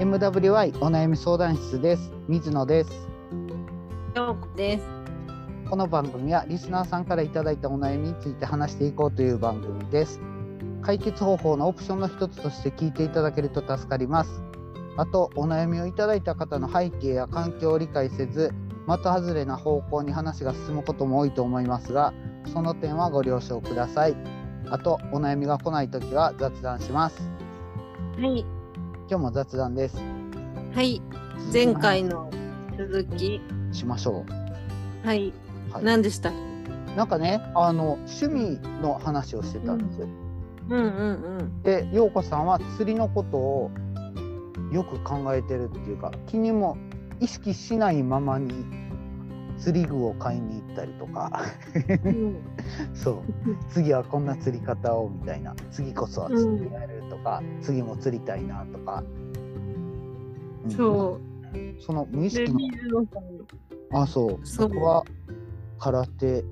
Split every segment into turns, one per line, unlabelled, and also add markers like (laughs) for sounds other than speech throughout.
MWI お悩み相談室です水野です
ようこです。
この番組はリスナーさんからいただいたお悩みについて話していこうという番組です解決方法のオプションの一つとして聞いていただけると助かりますあとお悩みをいただいた方の背景や環境を理解せず的外れな方向に話が進むことも多いと思いますがその点はご了承くださいあとお悩みが来ないときは雑談します
はい。
今日も雑談です
はい。前回の続き。
しましょ
はい。
う、はい、
何でした
なんかねあの趣味の話をしてたんですよ、
うんうん
で陽子さんは釣りのことをよく考えてるっていうか気にも意識しないままに釣り具を買いに行ったりと
(laughs)
か
うん。
そう次はこんな釣り方をみたいな次こそは釣りやるとか、次も釣りたいなとか、うん
そ
その無意
う。で、
識の
水野さん。
あそう
そう
僕は空手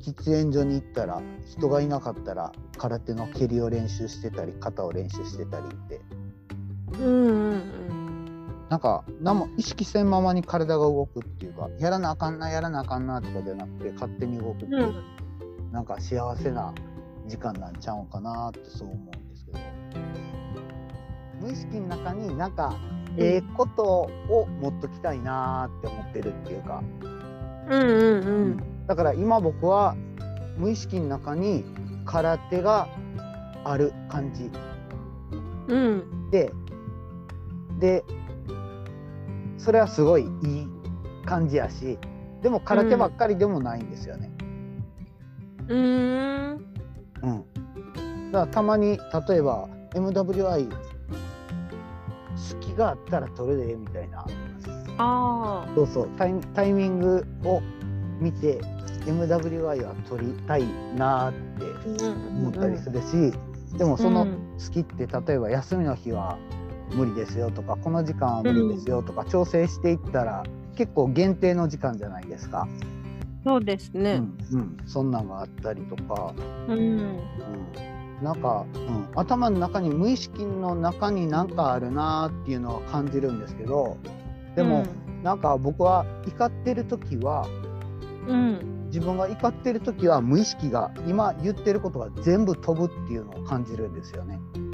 喫煙所に行ったら人がいなかったら空手の蹴りを練習してたり肩を練習してたりって
うんうん
なんか何も意識せんままに体が動くっていうかやらなあかんなやらなあかんなとかじゃなくて勝手に動くって
う
い
ん。う
う、
ん。
なんか幸せな時間なんちゃうかなってそう思うんですけど無意識の中になんかええことを持っときたいなーって思ってるっていうか。
うんうん
だから今僕は無意識の中に空手がある感じ
うん。うん。
ででそれはすごいいい感じやしでも空手ばっかりでもないんですよね。
うーん。
うんだからたまに例えば MWI 隙があったら取るでみたいな
あ
そうそうタイミタイミングを見て MWI は取りたいなーって
あ。うんうん
思
う
ったり
ん
するし、でもその
う
好
ん
きって例えば休みの日は無理ですよとかこの時間は無理ですよとか調整していったら結構限定の時間じゃないですか、
そうです
う
ね。
んうん、そんなんがあったりとか、
うん。
うん、なんか、うん、頭の中に無意識の中になんかあるなーっていうのは感じるんですけどでも、なんか僕は怒ってる時は
うん。
自分が怒ってる時は無意識が今言ってることが全部飛ぶっていうのを感じるんですよね。
うん。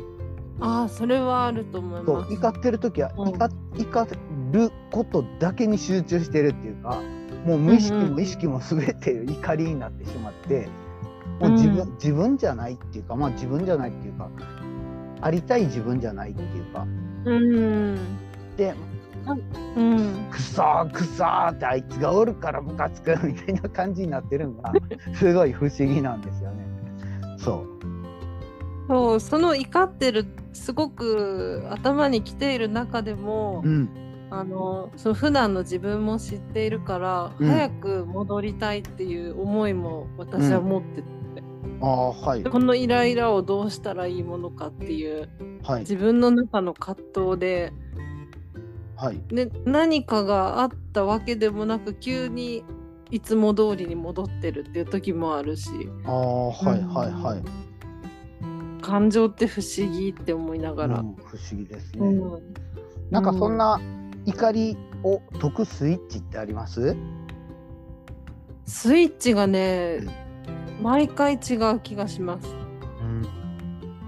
ああ、それはあると思い
そ
ま
う
す。
怒ってる時は
うん
怒,、怒ることだけに集中してるっていうかもう無意識
うんう
も
ん
意識も全て (laughs) 怒りになってしまってもう自分,、
う
自分じゃないっていうかまあ自分じゃないっていうかありたい自分じゃないっていうか
うん。
で
うん。
くそーくそーってあいつがおるからムカつくみたいな感じになってるのが (laughs) すごい不思議なんですよね。そう
そう、その怒ってる、すごく頭に来ている中でも、
うん、
あのその普段の自分も知っているから、
うん
早く戻りたいっていう思いも私は持ってて、
ああはい
このイライラをどうしたらいいものかっていう
はい
自分の中の葛藤で
はい
で何かがあったわけでもなく急にいつも通りに戻ってるっていう時もあるし
ああはいはいはい。
感情って不思議って思いなが
う
ら
ん、不思議ですね。
うん
なんかそんな怒りを解くスイッチってあります？
スイッチがね毎回違う気がします。
うん、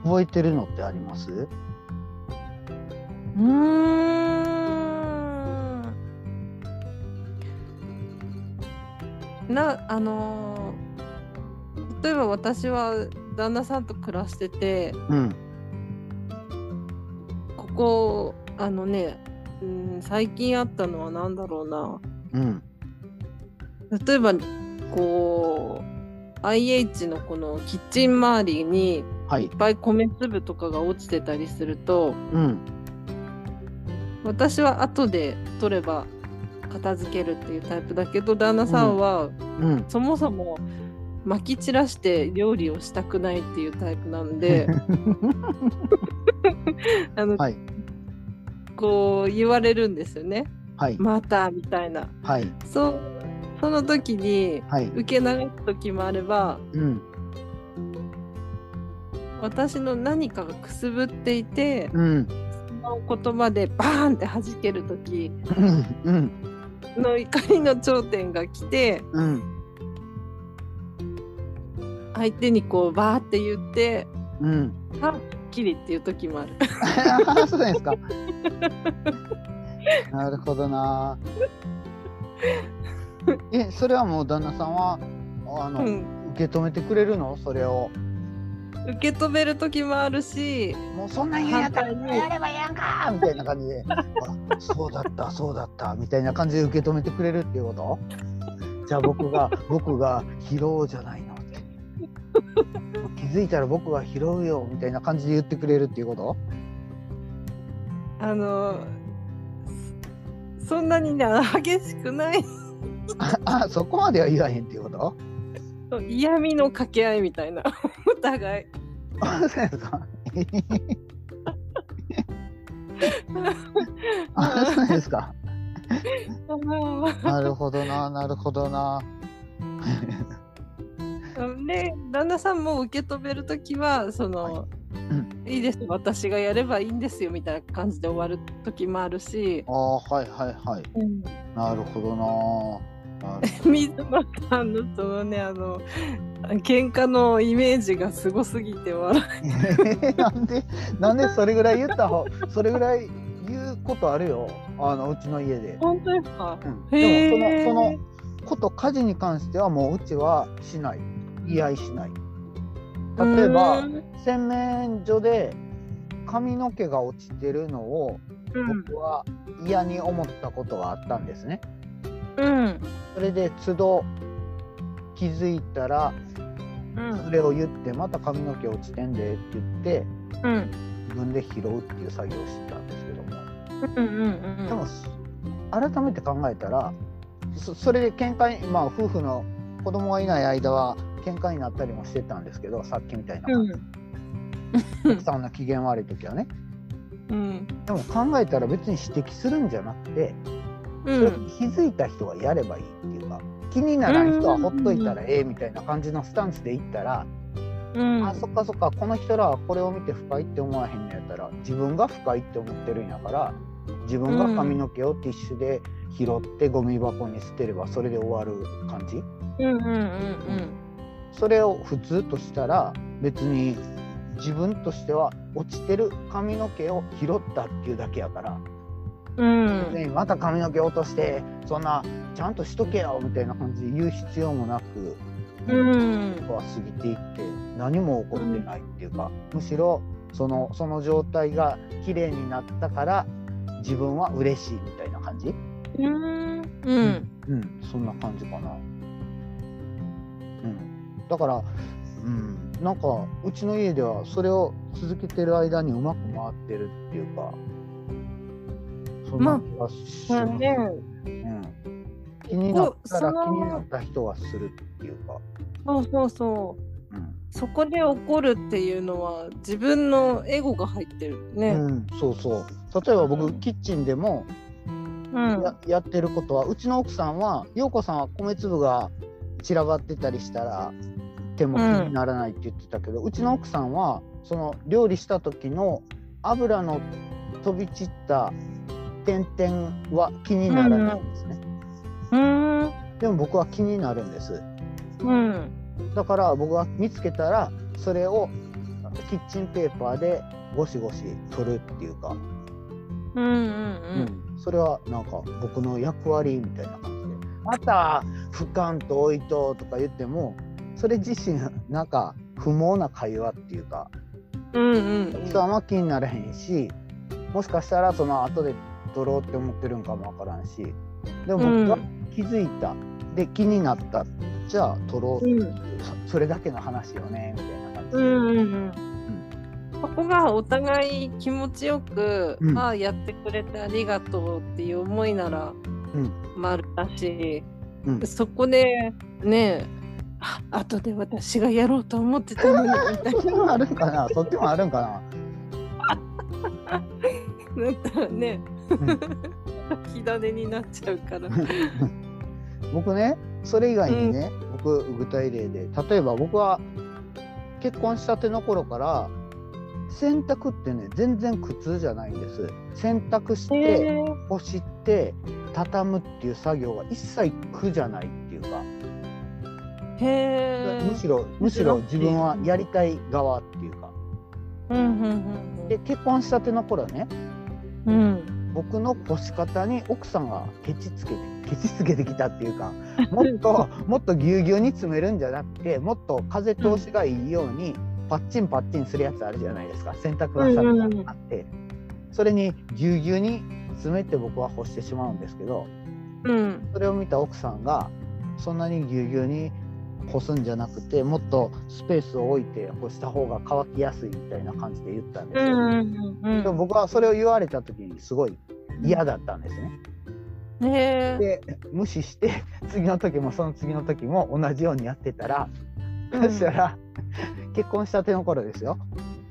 覚えてるのってあります？
うーんなあのー例えば私は旦那さんと暮らしてて
うん、
ここあのね、うん、最近あったのは何だろうな
うん、
例えばこう IH のこのキッチン周りにい
は
っ
い、
ぱい米粒とかが落ちてたりすると
うん、
私は後で取れば片付けるっていうタイプだけど旦那さんは
うん。
そもそも撒き散らして料理をしたくないっていうタイプなんであの、
(laughs) はい
こう言われるんですよね
はい
「また」みたいな
はい
そうその時に
はい、
受け流す時もあれば
うん
私の何かがくすぶっていて
うん
その言葉でバーンって弾ける時
うんうん
の怒りの頂点が来て
うん
相手にこうバーって言って
うん。 (laughs)
はっきりっていう時もある。
あそうなんです (laughs) か。なるほどな。えそれはもう旦那さんはあの、
うん
受け止めてくれるのそれを。
受け止める時もあるし
もうそんなん言うんやったら
反対に
やればやんかみたいな感じであそうだったそうだったみたいな感じで受け止めてくれるっていうことじゃあ僕が僕が拾うじゃないのって気づいたら僕が拾うよみたいな感じで言ってくれるっていうこと
あのそそんなにね激しくない
ああそこまでは言わへんっていうこと
嫌味の掛け合いみたいなお互い。
あそうですかあそうですか
あの
なるほどななるほどな
で旦那さんも受け止める時はその、
はいうん
いです私がやればいいんですよみたいな感じで終わる時もあるし
あ、はいはいはいなるほどななる
水野さんのそのねあの喧嘩のイメージがすごすぎて笑う
えー (laughs) なんでなんでそれぐらい言った方それぐらい言うことあるよあのうちの家で、
本当ですか
うん、
へ
でも
ー
そのそのこと家事に関してはもううちはしない言い合いしない例えば
うーん
洗面所で髪の毛が落ちてるのを僕は嫌に思ったことがあったんですね
うん
それで都度気づいたら
うん
それを言ってまた髪の毛落ちてんでって言って
うん
自分で拾うっていう作業をしてたんですけども
うんうんうん
でも改めて考えたらそそれで喧嘩にまあ夫婦の子供がいない間は喧嘩になったりもしてたんですけどさっきみたいな、
うん
奥さんの機嫌悪い時はね
うん
でも考えたら別に指摘するんじゃなくて、
う
それ
ん
気づいた人はやればいいっていうか気にならん人はほっといたらええみたいな感じのスタンスでいったら、
うん
あそっかそっかこの人らはこれを見て不快って思わへんのやったら自分が不快って思ってるんやから自分が髪の毛をティッシュで拾ってゴミ箱に捨てればそれで終わる感じ
うんうんうん
それを普通としたら別に自分としては落ちてる髪の毛を拾ったっていうだけやから、
うんうん
ね、また髪の毛落としてそんなちゃんとしとけよみたいな感じで言う必要もなく、
うん
は過ぎていって何も起こってないっていうか、むしろそのその状態が綺麗になったから自分は嬉しいみたいな感じ
うんうん
うんそんな感じかなうんだからうんなんかうちの家ではそれを続けてる間にうまく回ってるっていうかそんな気がし
まあ
ます、
ね
うん、気になったら
こう
気
その
になった人はするっていうか、
そうそうそう
うん
そこで怒るっていうのは自分のエゴが入ってるね。
うん、そうそう例えば僕、
うん
キッチンでも
うん。
ややってることはうちの奥さんは陽子さんは米粒が散らばってたりしたら手も気にならないって言ってたけど、うちの奥さんはその料理した時の油の飛び散った点々は気にならないんですね、
うん。
でも僕は気になるんです
うん。
だから僕は見つけたらそれをキッチンペーパーでゴシゴシ取るっていうか
うん。うん。
それはなんか僕の役割みたいな感じでまた俯瞰と置いととか言ってもそれ自身なんか不毛な会話っていうか
うん。うん。
人はあんま気になれへんしもしかしたらその後で取ろうって思ってるんかもわからんしでも僕は気づいた、で気になったじゃあ取ろうっていう、それだけの話よねみたいな感じ
う
で、
ん。うん。そこがお互い気持ちよく、
うん
ああやってくれてありがとうっていう思いなら、
うん
丸だし、
うん
そこでねあ後で私がやろうと思ってたのにみたい
そっちもあるんかなそっちもあるんかな
ななんかね、 (laughs)
ん
火種になっちゃうから。
僕ねそれ以外にね、僕具体例で例えば僕は結婚したての頃から洗濯ってね全然苦痛じゃないんです洗濯して、
え
干して畳むっていう作業は一切苦じゃないっていうか、
ー、へ
むしろむしろ自分はやりたい側っていうか
うんうん
で結婚したての頃ね
うんうん
僕の干し方に奥さんがケチつけてケチつけてきたっていうかもっともっとぎゅうぎゅうに詰めるんじゃなくてもっと風通しがいいようにパッチンパッチンするやつあるじゃないですか洗濯はさ
うんうんうん
あってそれにぎゅうぎゅうに詰めて僕は干してしまうんですけど
うん
それを見た奥さんがそんなにぎゅうぎゅうに干すんじゃなくてもっとスペースを置いて干した方が乾きやすいみたいな感じで言ったんです
う
よ、
んう
でも
ん
僕はそれを言われた時にすごい嫌だったんですね。
うんへえ
で無視して (laughs) 次の時もその次の時も同じようにやってたら、
うん
そしたら結婚したての頃ですよ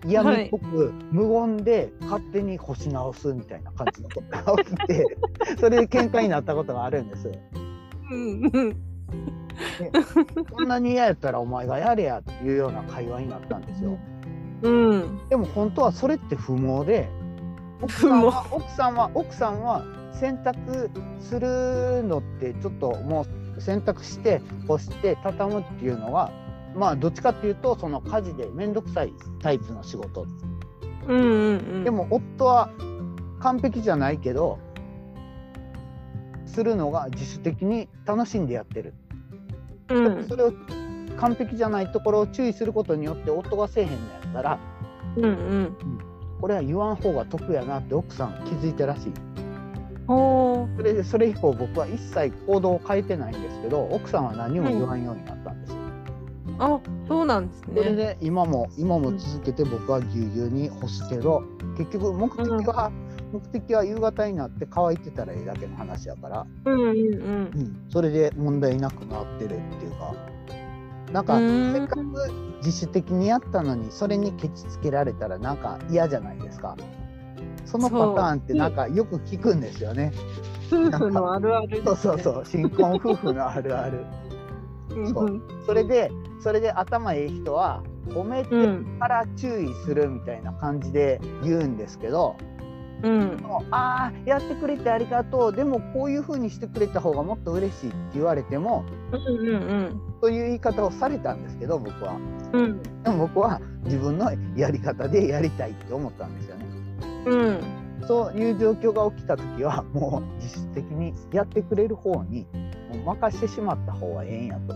嫌味っぽく無言で勝手に干し直すみたいな感じのことが起き
(laughs)
てそれで喧嘩になったことがあるんです。
うんうん
そんなに嫌やったらお前がやれやっていうような会話になったんですよ。
うん
でも本当はそれって不毛で奥さんは奥さんは奥さんは洗濯するのってちょっともう洗濯して干して畳むっていうのはまあどっちかっていうとその家事で面倒くさいタイプの仕事
うんうん
でも夫は完璧じゃないけどするのが自主的に楽しんでやってる
うん
それを完璧じゃないところを注意することによって夫がせえへんのやったら
うんうん
これは言わん方が得やなって奥さん気づいたらしい
ほ
それでそれ以降僕は一切行動を変えてないんですけど奥さんは何も言わんようになったんです、
うあそうなんです
それ
ね
で今も今も続けて僕はぎゅうぎゅうに干すけど結局目的は、目的は夕方になって乾いてたらええだけの話やから、
うんうん
うん、それで問題なくなってるっていうかなんか
うーん
せっかく自主的にやったのにそれにケチつけられたらなんか嫌じゃないですかそのパターンってなんかよく聞くんですよね
うん夫婦のあるある
そうそうそう新婚夫婦のあるある
うん
そうそれでそれで頭いい人は褒め
う
て
ん
から注意するみたいな感じで言うんですけど、
うん
もうああやってくれてありがとうでもこういう風にしてくれた方がもっと嬉しいって言われても
うんうん
という言い方をされたんですけど僕は
うん
でも僕は自分のやり方でやりたいって思ったんですよね
うん
そういう状況が起きた時はもう自主的にやってくれる方にもう任してしまった方がええんやと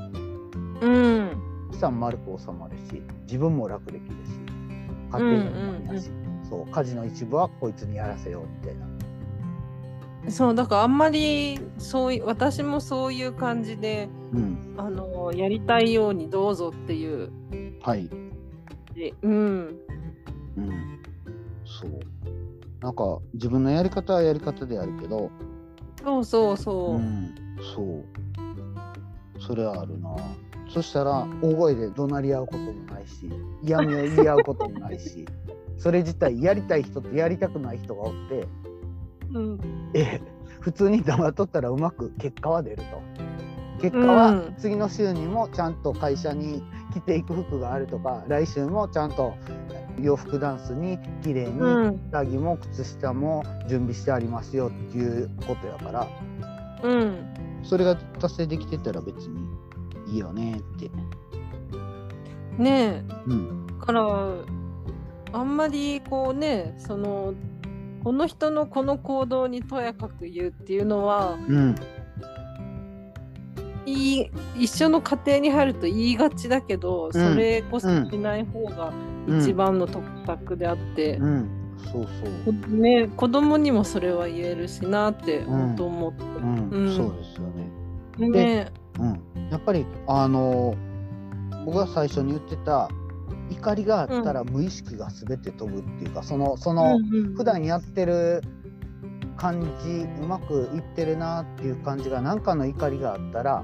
うん
資産丸く収まるし自分も楽できるし家庭も満やし、そう家事の一部はこいつにやらせようみたいな
そうだからあんまりそうい私もそういう感じで
うん
あのやりたいようにどうぞっていう
はい
でうん
うんそうなんか自分のやり方はやり方であるけど
そうそうそう、
うん、そうそれはあるなそしたら大声で怒鳴り合うこともないし嫌味を言い合うこともないしそれ自体やりたい人とやりたくない人がおって
うん
え普通に黙っとったらうまく結果は出ると結果は
うん
次の週にもちゃんと会社に着ていく服があるとか来週もちゃんと洋服ダンスに綺麗に
うん
下着も靴下も準備してありますよっていうことやから
うん
それが達成できてたら別にいいよねって。
ね
うん、
えからあんまりこうねそのこの人のこの行動にとやかく言うっていうのは
うん、
いい一緒の家庭に入ると言いがちだけど、それこそしない方が一番の得策であって、
うん、そうそう。
ね、子供にもそれは言えるしなって本当思って、
うん、
うん
そうですよね。
ね
うん、やっぱりあの僕が最初に言ってた怒りがあったら無意識が全て飛ぶっていうか、そのその普段やってる感じうまくいってるなっていう感じが何かの怒りがあったら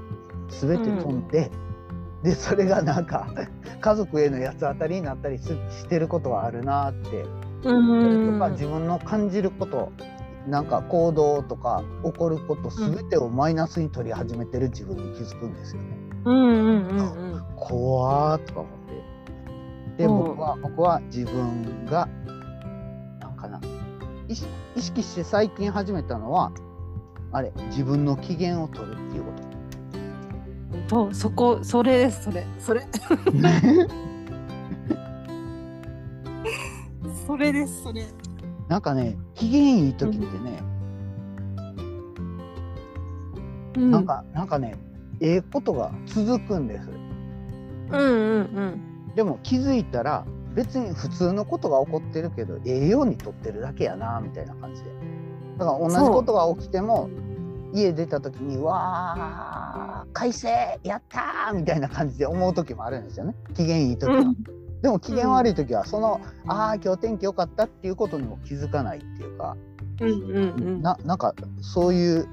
全て飛んで、でそれがなんか家族への八つ当たりになったりししてることはあるなって
うんう
それ
ん
とか自分の感じることなんか行動とか起こること全てをマイナスに取り始めてる自分に気づくんですよね。
うんうんうんうん
怖ーとか思ってで
うん
僕は僕は自分がなんかな意識意識して最近始めたのはあれ自分の機嫌を取るっていう
(laughs)
こと。
そうそこそれですそれそれそれですそれ
なんかね機嫌いい時ってね、
うん
なんかなんかねええことが続くんです。
うんうん
でも気づいたら別に普通のことが起こってるけど栄養にとってるだけやなみたいな感じでだから同じことが起きても家出た時に「わー快晴やった!」みたいな感じで思う時もあるんですよね機嫌いい時
うん
は。
うん
でも機嫌悪い時はその「ああ今日天気良かった」っていうことにも気づかないっていうか
うんうん
ななんかそういう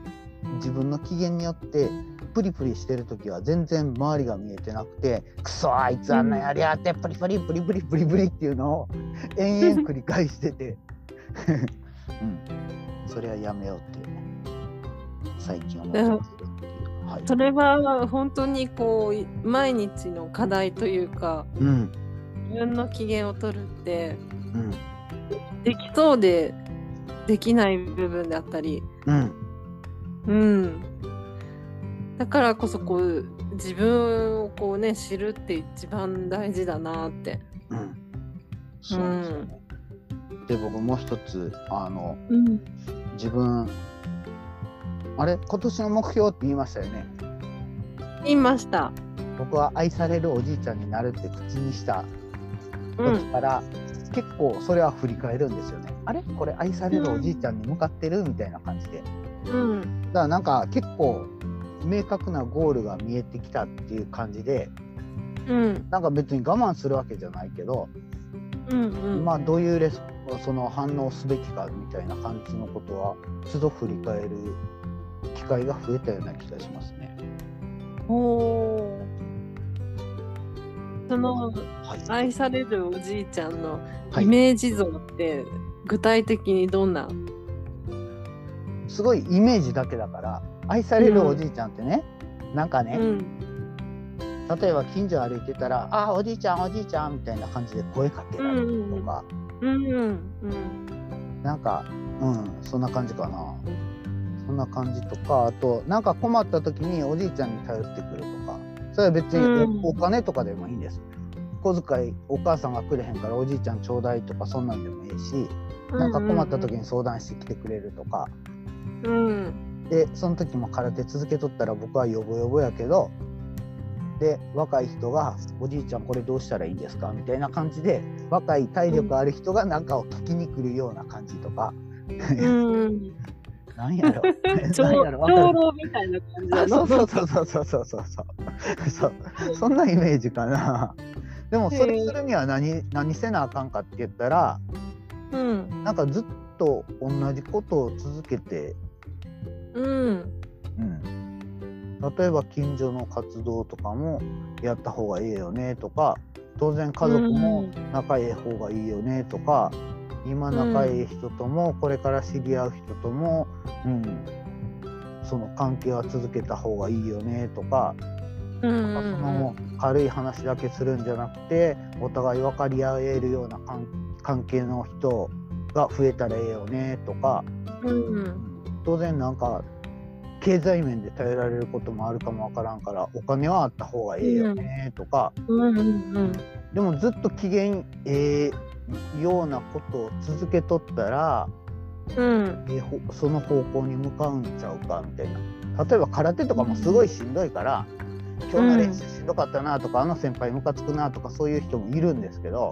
自分の機嫌によってプリプリしてる時は全然周りが見えてなくて「クソあいつあんなやりやってプリプリプリプリプリプリ」っていうのを延々繰り返してて (laughs) うんそれはやめようっていうね最近思ってますはい
それは本当にこう毎日の課題というか
うん
自分の機嫌を取るって
うん
できそうでできない部分であったり
うん
うんだからこそこう自分をこうね知るって一番大事だなって
うんそうですよね、で僕もう一つあの
うん
自分あれ今年の目標って言いましたよね
言いました
僕は愛されるおじいちゃんになるって口にした
う
時
ん
から、結構それは振り返るんですよねあれこれ愛されるおじいちゃんに向かってるみたいな感じでだか
うん
らなんか結構明確なゴールが見えてきたっていう感じで
うん
なんか別に我慢するわけじゃないけど、
うんうん
まあどういうレスその反応すべきかみたいな感じのことは都度振り返る機会が増えたような気がしますね。
おーその
はい、
愛されるおじいちゃんの
は
イ
い
メージ像って具体的にどんな、
すごいイメージだけだから愛されるおじいちゃんってね、なんかね、
うん
例えば近所歩いてたら「あーおじいちゃんおじいちゃん」みたいな感じで声かけられるとか、
うんうん
なんかうんそんな感じかなそんな感じとかあとなんか困った時におじいちゃんに頼ってくるとかそれは別にお,、
うん
金とかでもいいんです小遣いお母さんがくれへんからおじいちゃんちょうだいとかそんなんでもいいし
うん
なんか困った時に相談してきてくれるとか、
うん
でその時も空手続けとったら僕はヨボヨボやけどで若い人が「おじいちゃんこれどうしたらいいんですか?」みたいな感じで若い体力ある人が何かを聞きに来るような感じとか、
う
(laughs)
んうん
なんや (laughs) ろ
長
なんやろわか
長
る
老みたいな感じ
あ
だ
そう
な
そうそうそうそうそうそうそうそうそんなイメージかなでもそれするには何何せなあかんかって言ったら
うん
なんかずっと同じことを続けて
うん
うん、例えば近所の活動とかもやった方がいいよねとか当然家族も仲いい方がいいよねとか、今仲いい人ともこれから知り合う人とも、うん、その関係は続けた方がいいよねとか、
うん
そのもう軽い話だけするんじゃなくてお互い分かり合えるような関関係の人が増えたらええよねとか。
うん
当然なんか経済面で頼られることもあるかもわからんからお金はあった方がええよねとか、
うんうん
でもずっと機嫌ええようなことを続けとったら、
うん
ええほその方向に向かうんちゃうかみたいな例えば空手とかもすごいしんどいから、今日の練習しんどかったなとかあの先輩ムカつくなとかそういう人もいるんですけど、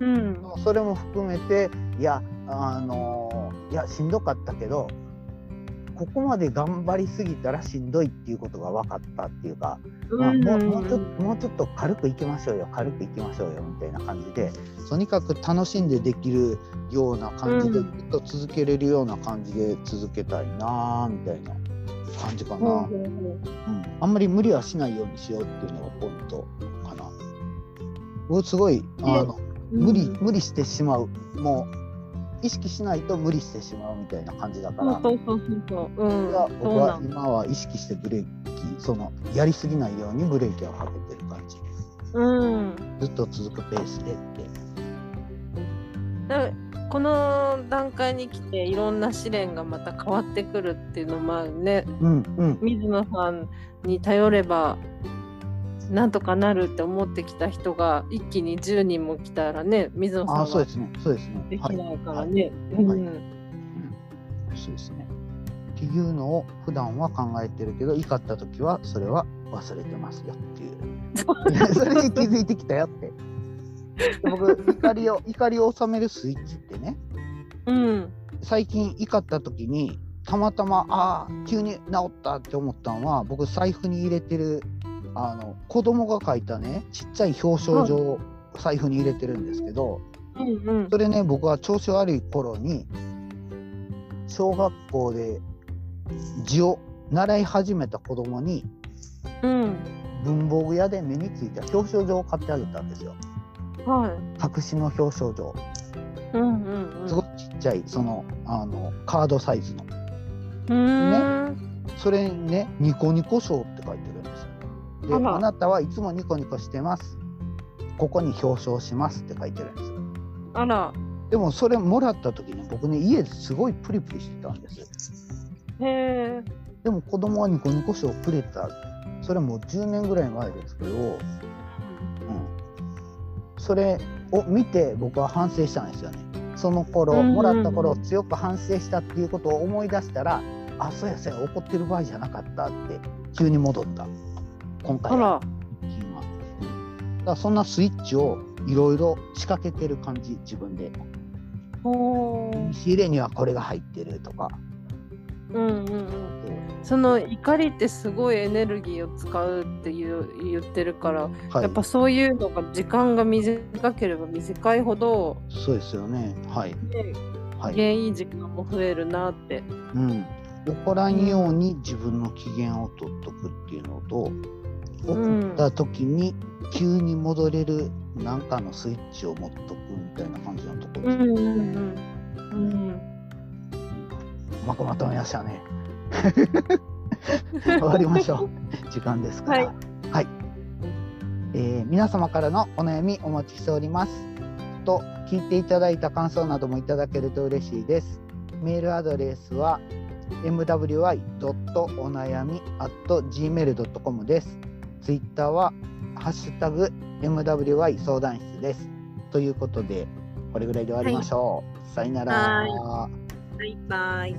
うん
それも含めていやあのいやしんどかったけどここまで頑張りすぎたらしんどいっていうことが分かったっていうか、まあもうもうちょっともうちょっと軽くいきましょうよ軽くいきましょうよみたいな感じでとにかく楽しんでできるような感じで、
うん
ずっと続けれるような感じで続けたいなーみたいな感じかな、
ほう
うん
ほうほう
あんまり無理はしないようにしようっていうのがポイントかな。僕すごいあの無理無理してしまうもう意識しないと無理してしまうみたいな感じだか
そ
ら
うそうそうそうそううん
僕は
そ
僕
う
は
なん
今は意識してブレーキそのやりすぎないようにブレーキをかけてる感じ
うん。
ずっと続くペースでって。
だこの段階に来ていろんな試練がまた変わってくるっていうのもあるね
うんうん。
水野さんに頼ればなんとかなるって思ってきた人が一気に10人も来たらね水野さ
ああ、
ん
そう
は
ですね。そうですね。
でき
はい。
ないからね。
いは
う
い
ん
そうですね。っていうのを普段は考えてるけど怒った時はそれは忘れてますよっていうそれに気づいてきたよって僕怒りを怒りを収めるスイッチってね
うん
最近怒った時にたまたまああ急に治ったって思ったのは僕財布に入れてるあの子供が書いたねちっちゃい表彰状を財布に入れてるんですけど、
うんうん
それね僕は調子悪い頃に小学校で字を習い始めた子供に
うん
文房具屋で目についた表彰状を買ってあげたんですよ
はい
白紙の表彰状
うんうんうん
すごくちっちゃいそのあのカードサイズの
うーん
それにね「ニコニコ賞」って書いてるんですよで
あ
あ
ら
なたはいつもニコニコしてますここに表彰しますって書いてるんですよ
あら
でもそれもらった時に僕ね家ですごいプリプリしてたんですよ
へえ
でも子供はニコニコ賞をくれたそれもう10年ぐらい前ですけど、うん、それを見て僕は反省したんですよねその頃
うんうん
もらった頃強く反省したっていうことを思い出したらあそうやそうや怒ってる場合じゃなかったって急に戻った今回
あ
は
ら
今うんだからそんなスイッチをいろいろ仕掛けてる感じ自分で
ほう
仕入れにはこれが入ってるとか
うんうんうん
こ
その怒りってすごいエネルギーを使うっていう言ってるから、
うはい
やっぱそういうのが時間が短ければ短いほど、
そうですよねはい
ね
はい
機嫌いい時間も増えるなって。
うん、怒らんように自分の機嫌を取っとくっていうのと
ん
怒った時に急に戻れる何かのスイッチを持っとくみたいな感じのところです、
うんうんうん
うまくまとめました (laughs) ね終わりましょう時間ですから
は
はい、えー皆様からのお悩みお待ちしておりますと聞いていただいた感想などもいただけると嬉しいですメールアドレスは mwy.onayami.gmail.com です。ツイッターはハッシュタグ mwy 相談室です。ということで、これぐらいで終わりましょう。さよなら。
はバイバイ。